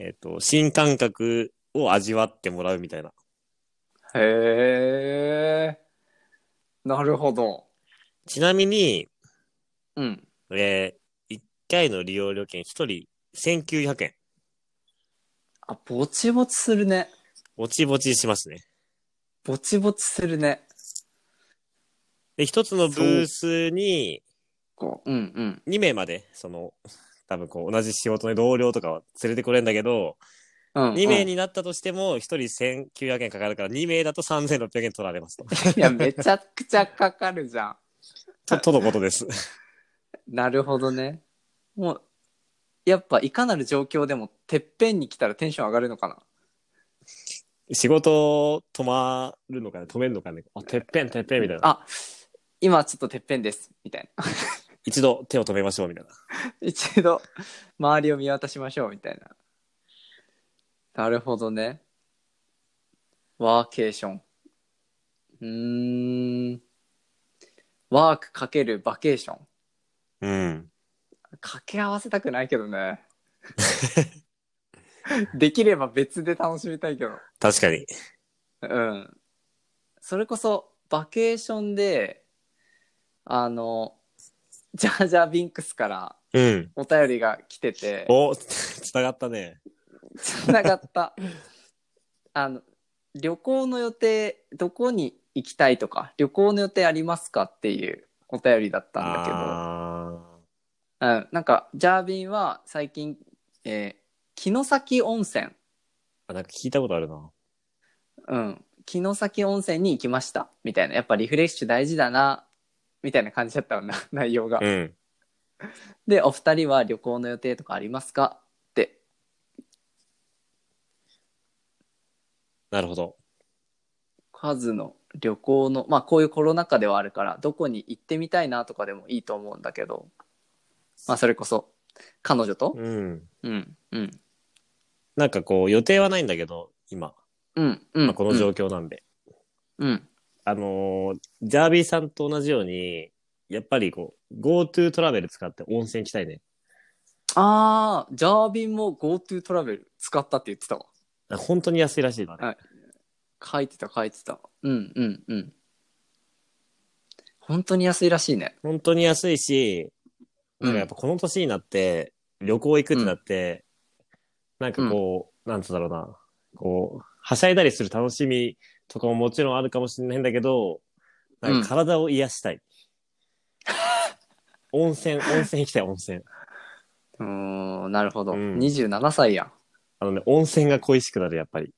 えっ、と、新感覚を味わってもらうみたいな。
へえ。なるほど。
ちなみに、
うん。
え1回の利用料金1人1900円。
あ、ぼちぼちするね。
ぼちぼちしますね。
ぼちぼちするね。
で、1つのブースに
こう。うんうん。
2名まで、その、多分こう同じ仕事の同僚とかは連れてこれんだけど、
うん、
2名
に。
になったとしても、1人1900円かかるから、2名だと3600円取られますと。
いや、めちゃくちゃかかるじゃん。 [laughs]
と、とのことです。
なるほどね。もう、やっぱいかなる状況でも、てっぺんに来たらテンション上がるのかな。
仕事止まるのかね、止めるのかね。あ、てっぺん、てっぺんみたいな。
あ、今ちょっとてっぺんです。みたいな。 [laughs]
一度手を止めましょうみたいな。
一度、周りを見渡しましょう。みたいな。なるほどね。ワーケーション。うーん。ワークかけるバケーション。
うん。
掛け合わせたくないけ
[laughs]
どね。できれば別で楽しみたいけど。
確かに。
うん。それこそ、バケーションで、あの、ジャージャービンクスから
うん。
お便りが来てて、
お、つながったね。
つながった。あの、旅行の予定、どこに行きたいとか、旅行の予定ありますかっていうお便りだったんだけど。
あ
うん、なんかジャービンは最近、えー城崎温泉、
ーあ。なんか聞いたことあるな。
うん、城崎温泉に行きましたみたいなやっぱリフレッシュ大事だなみたいな感じだったのな内容が、
うん。
でお二人は旅行の予定とかありますかって
なるほど。
数の旅行のまあこういうコロナ禍ではあるからどこに行ってみたいなとかでもいいと思うんだけどまあそれこそ彼女と
うん。
うんうん
なんかこう、予定はないんだけど、今。
うんうん、
まあ、この状況なんで。
うん
あのージャービーさんと同じように、やっぱりこう、GoTo トラベル使って温泉行きたいね。
ああジャービンも GoTo トラベル使ったって言ってたわ
あ本当に安いらしいからね。
はい書いてた書いてたうんうんうん本当に安いらしいね
本当に安いし、
うん
なんかやっぱこの年になって、旅行行くってなって、なんかこう、なんつうんだろうな、こう、はしゃいだりする楽しみとかももちろんあるかもしれないんだけど、なんか体を癒したい。温泉、温泉行きたい、温泉。
うーんなるほど、
うん
27歳やん
あのね、温泉が恋しくなる、やっぱり。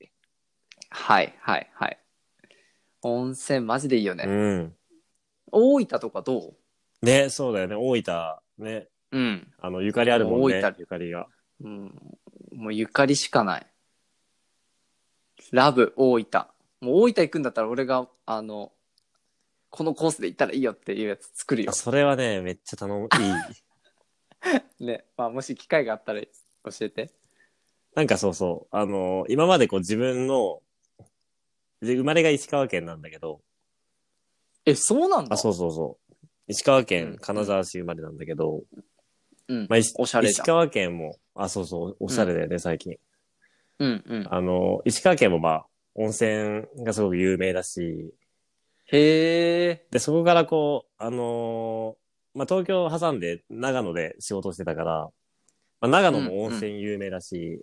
はいはいはい温泉マジでいいよね、
うん。
大分とかど
ね、そうだよね、大分、ね、
ううん、
あの、ゆかりあるもんね
大分、
ゆかりが。
うん、もうゆかりしかないラブ大分もう大分行くんだったら俺があのこのコースで行ったらいいよっていうやつ作るよ
あそれはね、めっちゃ頼む、いい。
ねまあもし機会があったら教えて
なんかそうそう、あの今までこう自分の、で生まれが石川県なんだけど、
えそうなんだ
あ、そうそうそう。石川
うん
県金沢市生まれなんだけど、
うん
まあ、石
おしゃれだ
石川県も、あ、そうそう、おしゃれだよね、最近。
うんうん
あの、石川県もまあ、温泉がすごく有名だし、
へえ
で、そこからこう、あのーまあ、東京を挟んで長野で仕事してたから、まあ、長野も温泉有名だし、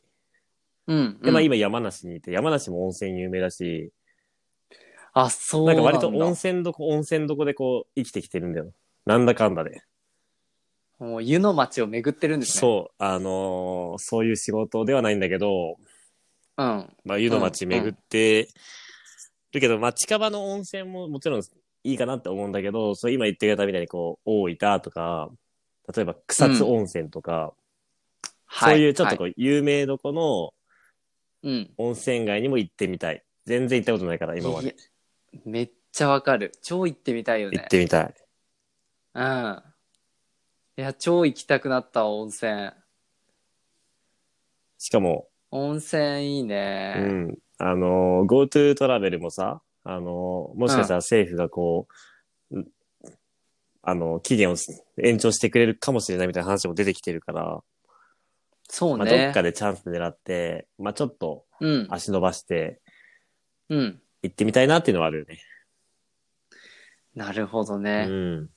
うん、
で、まあ、今山梨にいて、山梨も温泉有名だし、
あ、そう
な
なんん
か
だ。
割と温泉どこ、温泉どこでこう、生きてきてるんだよ。なんだかんだで。
もう湯の町を巡ってるんですね。
そう、あのーそういう仕事ではないんだけど、
う。ん。
まあ、湯の町巡ってるけど、まあ、近場の温泉ももちろんいいかなって思うんだけど、そう今言ってくれたみたいにこう、大分とか、例えば草津温泉とか、
は
そういうちょっと
は
こう、有名どこの
うん。
温泉街にも行ってみたい。全然行ったことないから、今ま
いや
で。
めっちゃわかる。超行ってみたいよね。
行ってみたい。
うん。いや、超行きたくなったわ温泉。
しかも、
温泉いいうね。
ん。あの、GoTo トラベルもさ、あの、もしかしたら政府がこう、うんあの、期限を延長してくれるかもしれないみたいな話も出てきてるから、
そう
まあ、
ね。
どっかでチャンス狙って、まあ、ちょっと
うん。
足伸ばして
うん。
行ってみたいなっていうのはあるよね。
なるほど
う
ね。
ん。
い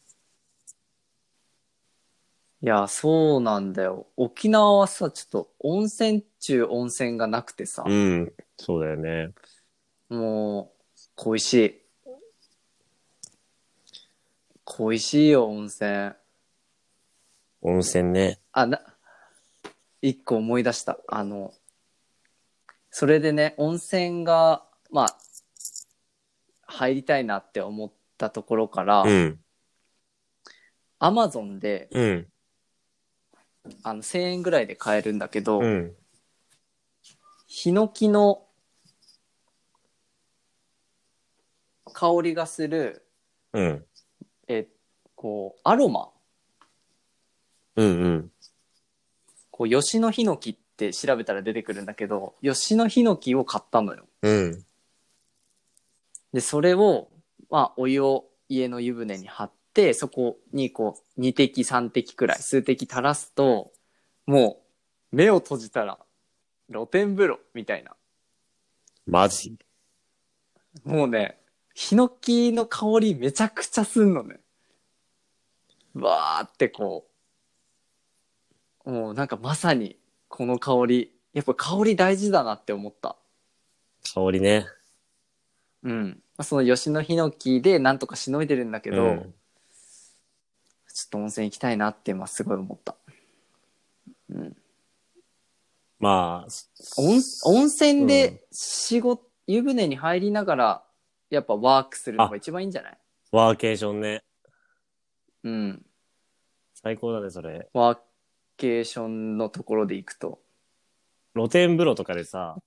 や、そうなんだよ。沖縄はさ、ちょっと温泉中温泉がなくてさ、
うん。そうだよね。
もう、恋しい。恋しいよ、温泉。
温泉ね。
あ、な、一個思い出した。あの、それでね、温泉が、まあ、入りたいなって思ったところから、
うん。
アマゾンで、
うん。
あの、1000円ぐらいで買えるんだけど、
うん。
ヒノキの香りがする、
うん。
え、こう、アロマ。
うん。うん。
こう、吉野ヒノキって調べたら出てくるんだけど、吉野ヒノキを買ったのよ。
うん。
で、それを、まあ、お湯を家の湯船に張って、そこにこう、2滴3滴くらい、数滴垂らすと、もう、目を閉じたら、露天風呂みたいな。
マジ
もうね、ヒノキの香りめちゃくちゃすんのね。わーってこう、もうなんかまさにこの香り、やっぱ香り大事だなって思った。
香りね。
うん。まあその吉野ヒノキでなんとかしのいでるんだけど、
うん
ちょっと温泉行きたいなって今すごい思った。うん、
まあ、
温温泉で仕事、湯船に入りながらやっぱワークするのが一番いいんじゃない
ワーケーションね。
うん。
最高だね、それ。
ワーケーションのところで行くと。
露天風呂とかでさ、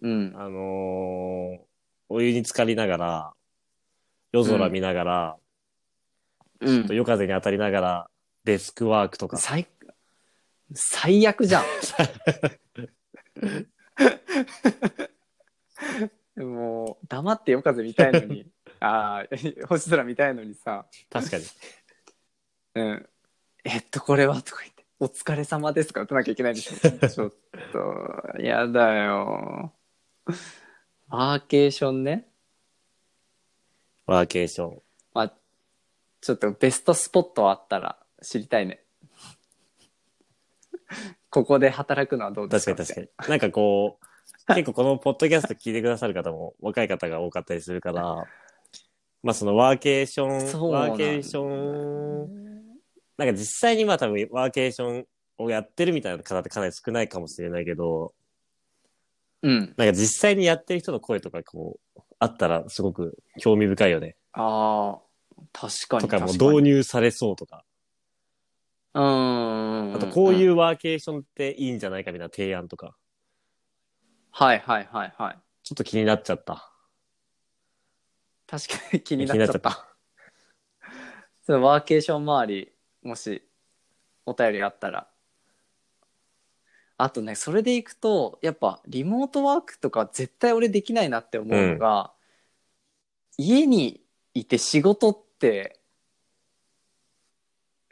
うん。
あのーお湯に浸かりながら、夜空見ながら、
う
ちょっと
ん、
夜風に当たりながら、デスクワークとか。
最最悪じ [laughs] ゃん。もう黙って夜風見たいの [laughs] にああ星空見たいのにさ、
確かに。
うん、えっとこれはとか言って「お疲れ様です」か打たなきゃいけない [laughs] でしょちょっとやだよワーケーションね、
ワーケーション。
まあ、ちょっとベストスポットあったら知りたいね [laughs] ここで働くのはどうで
確
す
か
か
に確かに。なんかこう、結構このポッドキャスト聞いてくださる方も若い方が多かったりするから、まあそのワーケーショ
そ
ン、
うなん
ワ
だ
ーケーション、なんか実際にまあ多分ワーケーションをやってるみたいな方ってかなり少ないかもしれないけど、
うん
なんか実際にやってる人の声とかこう、あったらすごく興味深いよね。
ああ、確かに。
とかもう
確に
導入されそうとか、
うーん。。
あとこういううワーケーションっていいんじゃないかみたいな提案とか、
はいはいはいはい。
ちょっと気になっちゃった。
確かに気になっちゃった。そのワーケーション周り、もし、お便りあったら。あとね、それで行くと、やっぱ、リモートワークとか絶対俺できないなって思うのが、家にいて仕事って、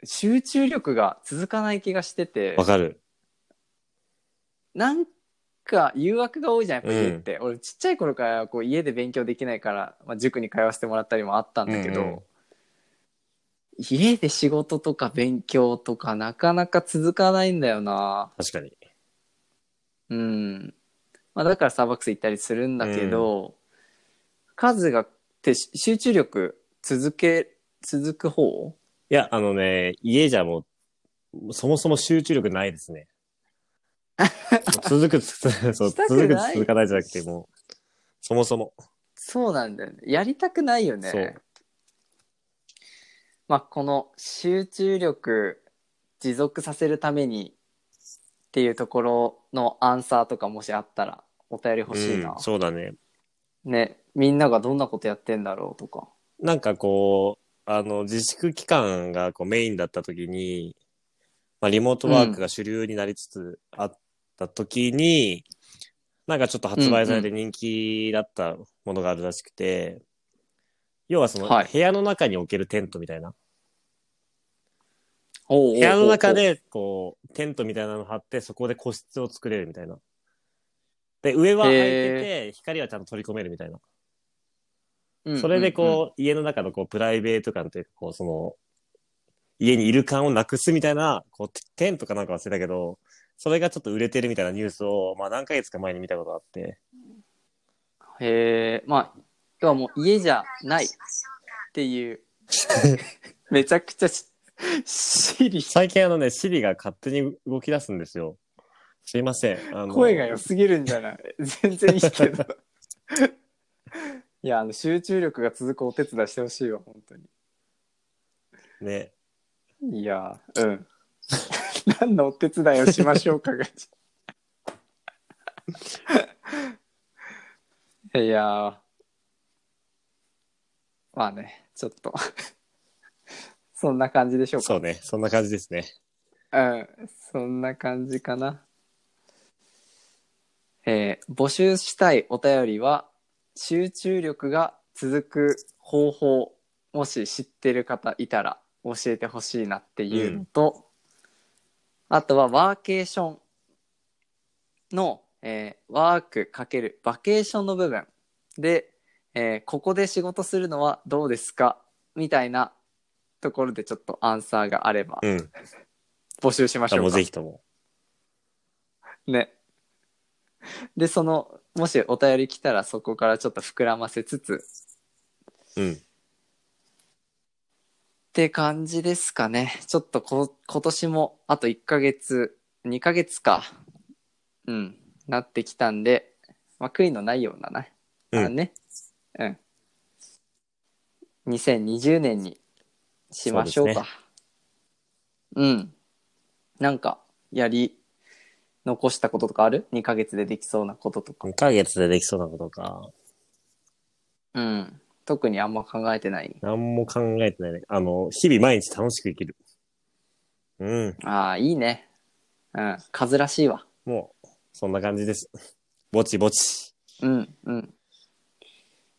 集中力が続かない気がしてて。
わかる。
なんか誘惑が多いじゃん、やっぱ家
うん
って。俺、ちっちゃい頃からこう家で勉強できないから、まあ、塾に通わせてもらったりもあったんだけど、
うんうん
家で仕事とか勉強とかなかなか続かないんだよな。
確かに。
うん。まあ、だからスターバックス行ったりするんだけど、数がってし集中力続け、続く方
いや、あのね、家じゃもう、そもそも集中力ないです
[laughs]
ね。もう続く、つそう、
したく
続く
ない
続かないじゃなくて、もう、そもそも。
そうなんだよね。やりたくないよね。
そう
まあ、この集中力持続させるためにっていうところのアンサーとかもしあったらお便り欲しいな
うん、。そうだね。
ね、みんながどんなことやってんだろうとか。
なんかこう、あの、自粛期間がこうメインだった時に、まあ、リモートワークが主流になりつつあった時に、なんかちょっと発売されて人気だったものがあるらしくて、要はその、
はい
部屋の中に置けるテントみたいな。
おうおうおうおう
部屋の中。で、こう、テントみたいなの張って、そこで個室を作れるみたいな。で、上は開いてて、光はちゃんと取り込めるみたいな。それでこう、家の中のこう、プライベート感というか、こう、その、家にいる感をなくすみたいな、こう、テテントかなんか忘れたけど、それがちょっと売れてるみたいなニュースを、まあ何ヶ月か前に見たことあって、
うんうん。へえ、まあ、今日はもう家じゃないっていう、めちゃくちゃし、しり。
最近あのね、シリが勝手に動き出すんですよ。すいません。あの
声が良すぎるんじゃない [laughs] 全然いいけど。いや、あの、集中力が続くお手伝いしてほしいわ、本当
ね。
に。いや、うん。 [laughs] 何のお手伝いをしましょうかが。 [laughs] いやまあね、ちょっと。 [laughs] そんな感じでしょうか。
そうね。そんな感じですね。
うん、そんな感じかな。えー募集したいお便りは、集中力が続く方法、もし知ってる方いたら教えてほしいなっていうのと、あとはワーケーションの、えーワーク×バケーションの部分で、えーここで仕事するのはどうですかみたいなところでちょっとアンサーがあれば
うん。
募集しまし
あ
ょうか。
もうぜひとも。
[laughs] ね。で、その、もしお便り来たらそこからちょっと膨らませつつっ
うん。
て感じですかね。ちょっとこ今年もあと1ヶ月、2ヶ月か。うん。なってきたんで、まあ、悔いのないようなな。
うん
あね。うん。2020年にしましょうか。うん。なんか、やり、残したこととかある ?2 ヶ月でできそうなこととか。
2ヶ月でできそうなことか。
うん。特にあんま考えてない。
何も考えてないね。あの、日々毎日楽しく生きる。うん。
ああ、いいね。うん。数らしいわ。
もう、そんな感じです。ぼちぼち。
うん、うん。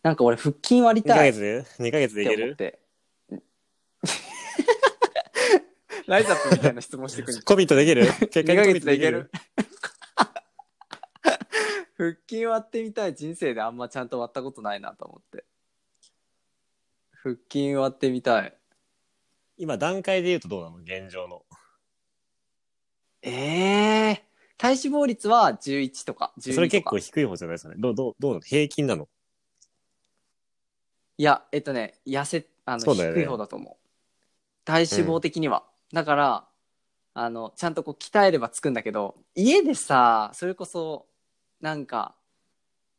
なんか俺、腹筋割り
2ヶ
たいっ
月で ?2 ヶ月でいけ
て思っ
る
て。ライザップみたいな質問してくる。
コミットで
[laughs]
きる
2
結
ヶ月でいける [laughs] 腹筋割ってみたい人生であんまちゃんと割ったことないなと思って。腹筋割ってみたい。
今段階で言うとどうなの現状の。
ええー。体脂肪率は11とか、12とか。
それ結構低い方じゃないですかね。どう、どう、どうなの平均なの
いや、えっとね、痩せ、あ
そ
の、
うだよね
低い方だと思う。体脂肪的には。だから、あの、ちゃんとこう鍛えればつくんだけど、家でさ、それこそ、なんか、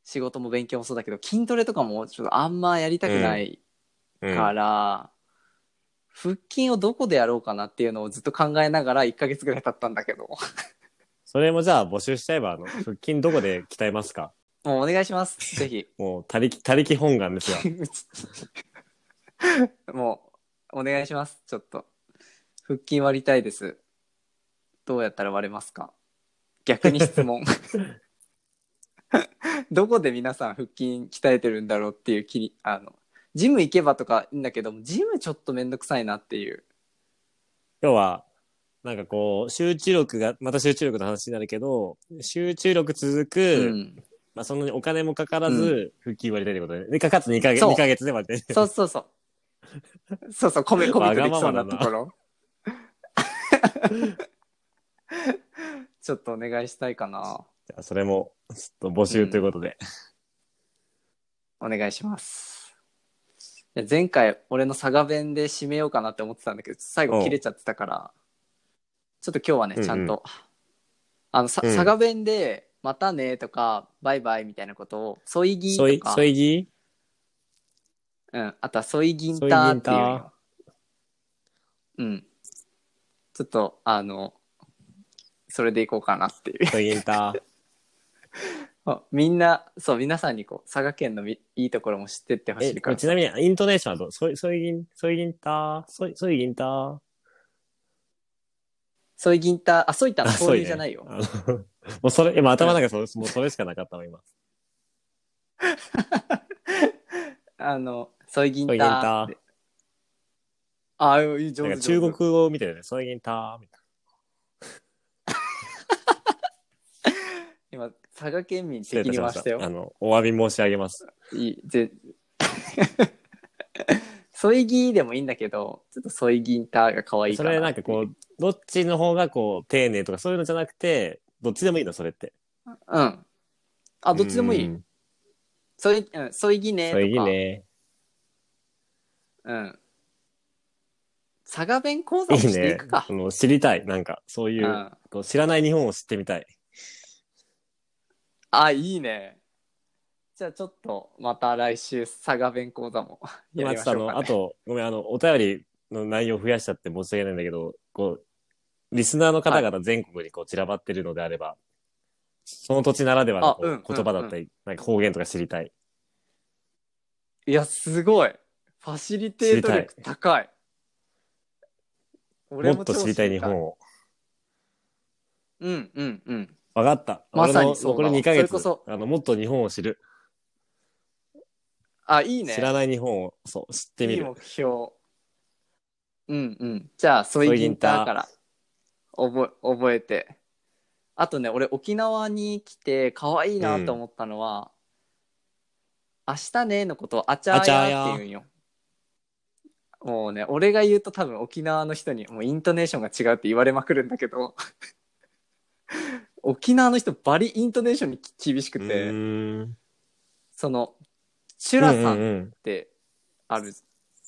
仕事も勉強もそうだけど、筋トレとかもちょっとあんまやりたくない
うん。
から、腹筋をどこでやろうかなっていうのをずっと考えながら1ヶ月ぐらい経ったんだけど、 [laughs]
それもじゃあ募集しちゃえば、あの、腹筋どこで鍛えますか
もうお願いします。 [laughs] ぜひ。
もう、他力、他力本願ですが。
[laughs] もう、お願いします。ちょっと。腹筋割りたいです。どうやったら割れますか逆に質 [laughs] 問。どこで皆さん腹筋鍛えてるんだろうっていう気に、あの、ジム行けばとかいいんだけども、ジムちょっとめんどくさいなっていう。
要は、なんかこう、集中力が、また集中力の話になるけど、集中力続く、
うん。
まあそんなにお金もかからず、腹筋割りたいってことで、で、かかつ2ヶ月、
そう
二ヶ月で割って、
そうそうそう。そうそう、コメコメとできそうな
わがままだ
と
な
ころ。ちょっとお願いしたいかな。
じゃあそれも、ちょっと募集ということで。
お願いします。いや前回、俺の佐賀弁で締めようかなって思ってたんだけど、最後切れちゃってたから、ちょっと今日は
うんう
ね、
ん
ちゃんと、あの、さ
うん
佐賀弁で、またねとか、バイバイみたいなことを、ソイギ
そ
ー
い
と、か、
そいぎ
うん、あとはソイギンターっていうよ。うん。ちょっと、あの、それでいこうかなっていう。
そいぎん
[laughs]
た。
あみんな、そう、皆さんにこう、佐賀県のみいいところも知ってってほし
え、
い
こ
から
れ。ちなみに、イントネーションはどうそい、そいぎん、そいぎんた、そい、そいぎんた。
ソイギンター、あ、ソイタの
そ
豆
い
乳
ね
じゃないよ。
あの [laughs] もうそれ、今頭の中それ、もうそれしかなかったわ、今。
あの、ソイギンタ
ソイギンタ
ーって。あ、いい、上
なん
手
か中
上
国
手
語みたいだね。そいぎんた、みたい
今、佐賀県民
な。
敵に回したよ
あ。の、お詫び申し上げます。
いい、 [laughs] ぜ、ソイギーでもいいんだけど、ちょっとソイギンターが可愛い
そ
かな。
れなんかこう、どっちの方がこう、丁寧とかそういうのじゃなくて、どっちでもいいの、それって。
う。うん。あ、どっちでもいうい。
ん。
ソイ、うん、ソイギねと
そ
か。
いぎね。
うん。佐賀弁講座
い
も
い
してい
ね
くか。。
あの知りたい。なんか、そういうう、
ん
こう知らない日本を知ってみたい。
あ、いいね。じゃあちょっとまた来週佐賀弁講座
[laughs]
もや
今ちょ
りま
っと
し
あ
ょう
の、
か、
あ
ね。
と、ごめん、あの、お便りの内容増やしちゃって申し訳ないんだけど、こう、リスナーの方々全国にこう散らばってるのであれば、その土地ならではのこう
あうん
言葉だったり、なんか方言とか知りたい。
いや、すごい。ファシリテート力高い。俺
もっと
超
知りたい日本。を。
うんうんうん。
わかった。
まさに
俺の
そうだ
こ
わ
れ2ヶ
それ
月
こそ
あの、もっと日本を知る。
あ、いいね。
知らない日本を、そう、知ってみ
いい
る。
目標。うんうん。じゃあ、ソイギンターから覚え覚えて。あとね、俺、沖縄に来て、可愛いなと思ったのは、明日ねのことをあちゃーやーって言うんよ。もうね、俺が言うと多分沖縄の人に、もうイントネーションが違うって言われまくるんだけど、 [laughs] 沖縄の人、バリイントネーションに厳しく
う
て、
ーん。
その、チュラさ
うんんうんうん
ってある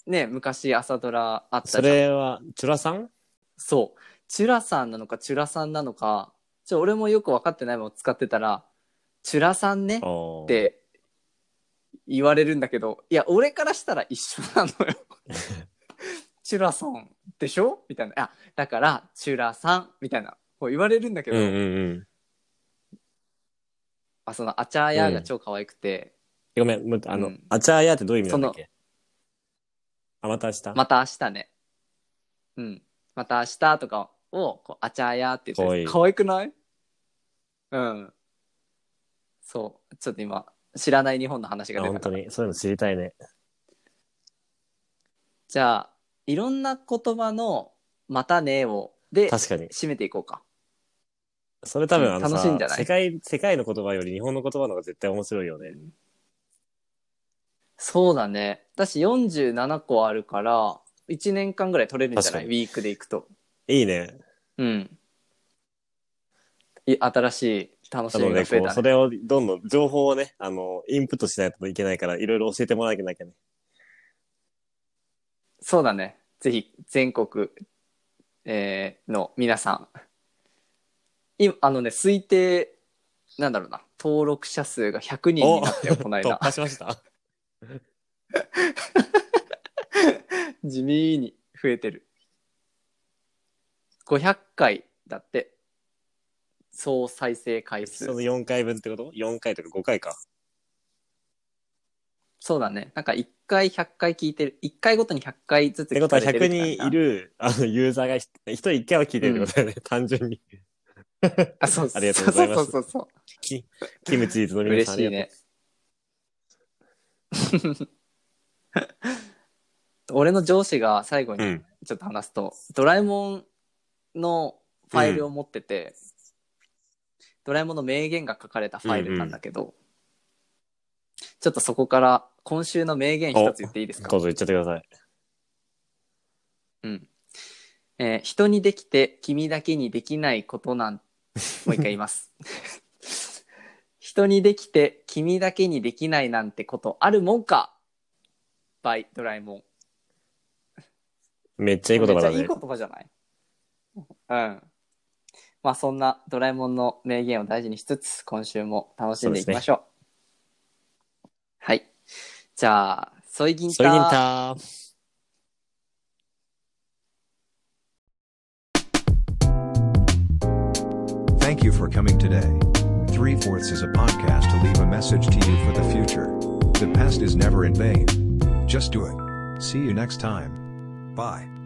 ね昔朝ドラあったじ
そ
ゃん
れは、チュラさん
そうチュラさんなのかチュラさんなのかちょ俺もよく分かってないもの使ってたら「チュラさんね」っ
おー
て言われるんだけどいや俺からしたら一緒
[laughs]
なのよチュラさんでしょみたいな「あだからチュラさん」みたいなこう言われるんだけ
うんう
ど、
んうん。
あその「あちゃーや」が超可愛くて、
ごめん、むあ
う
の
ん、
あちゃーやーってどういう意味なんだっけあ、また明日。
また明日ね。うん。また明日とかを、こう、あちゃーやーって言って、
か
可愛くないうん。そう。ちょっと今、知らない日本の話が
あ
出
本
たか
当
ら。
に、そういうの知りたいね。
じゃあ、いろんな言葉の、またねを、で、
確かに。
締めていこうか。
それ多分あの
楽しいんじゃ
さ、
な
世
い
界、世界の言葉より日本の言葉の方が絶対面白いよね。
そうだね。私47個あるから、1年間ぐらい取れるんじゃないウ
確か
ィークでいくと。
いいね。
うん。い新しい楽し
なの
みが
で、
増え
こう、
た、
そ
ね。
れをどんどん情報をね、あの、インプットしないといけないから、いろいろ教えてもらわなきゃいけないね。
そうだね。ぜひ、全国、えーの皆さん。今、あのね、推定、なんだろうな、登録者数が100人になったよ、この
突
間。
破しま
[laughs]
した。
地味に増えてる。500回だって。総再生回数
そ。の4回分ってこと ?4 回とか5回
[laughs]
か。
そうだね。なんか1回100回聞いてる。1回ごとに100回ずつ
って
聞か
こと
れ
は
てる
100
みた
人い
な。
る、あの、ユーザーが1人1回は聞いてるってことだよね。単純に。
あ、そうそう
ありがとうございます
そうそうそうそう。
キキムチーズの皆
嬉
さん
しい
ありが
ね。 [laughs] 俺の上司が最後
とう。う
に
ん。
ちょっと話すと、ドラえもんのファイルを持ってて、ドラえもんの名言が書かれたファイルなんだけど、ちょっとそこから今週の名言一つ言っていいですか
どうぞ言っちゃってください。
うん。えー人にできて君だけにできないこ
[laughs]
となん、もう一回言います。 [laughs] 人にできて君だけにできないなんてことあるもんか by ドラえもん。
めっちゃいい言葉だ
めっちゃい
ね
い。言葉じゃないうん。まあそんなドラえもんの名言を大事にしつつ、今週も楽しんでいきましょう。はい。じゃあ、ソイギンタ
ソイギン
ー。
ター。
Thank you for coming today. Three Fourths is a podcast to leave a message to you for the future. The past is never in vain. Just do it. See you next time. Bye.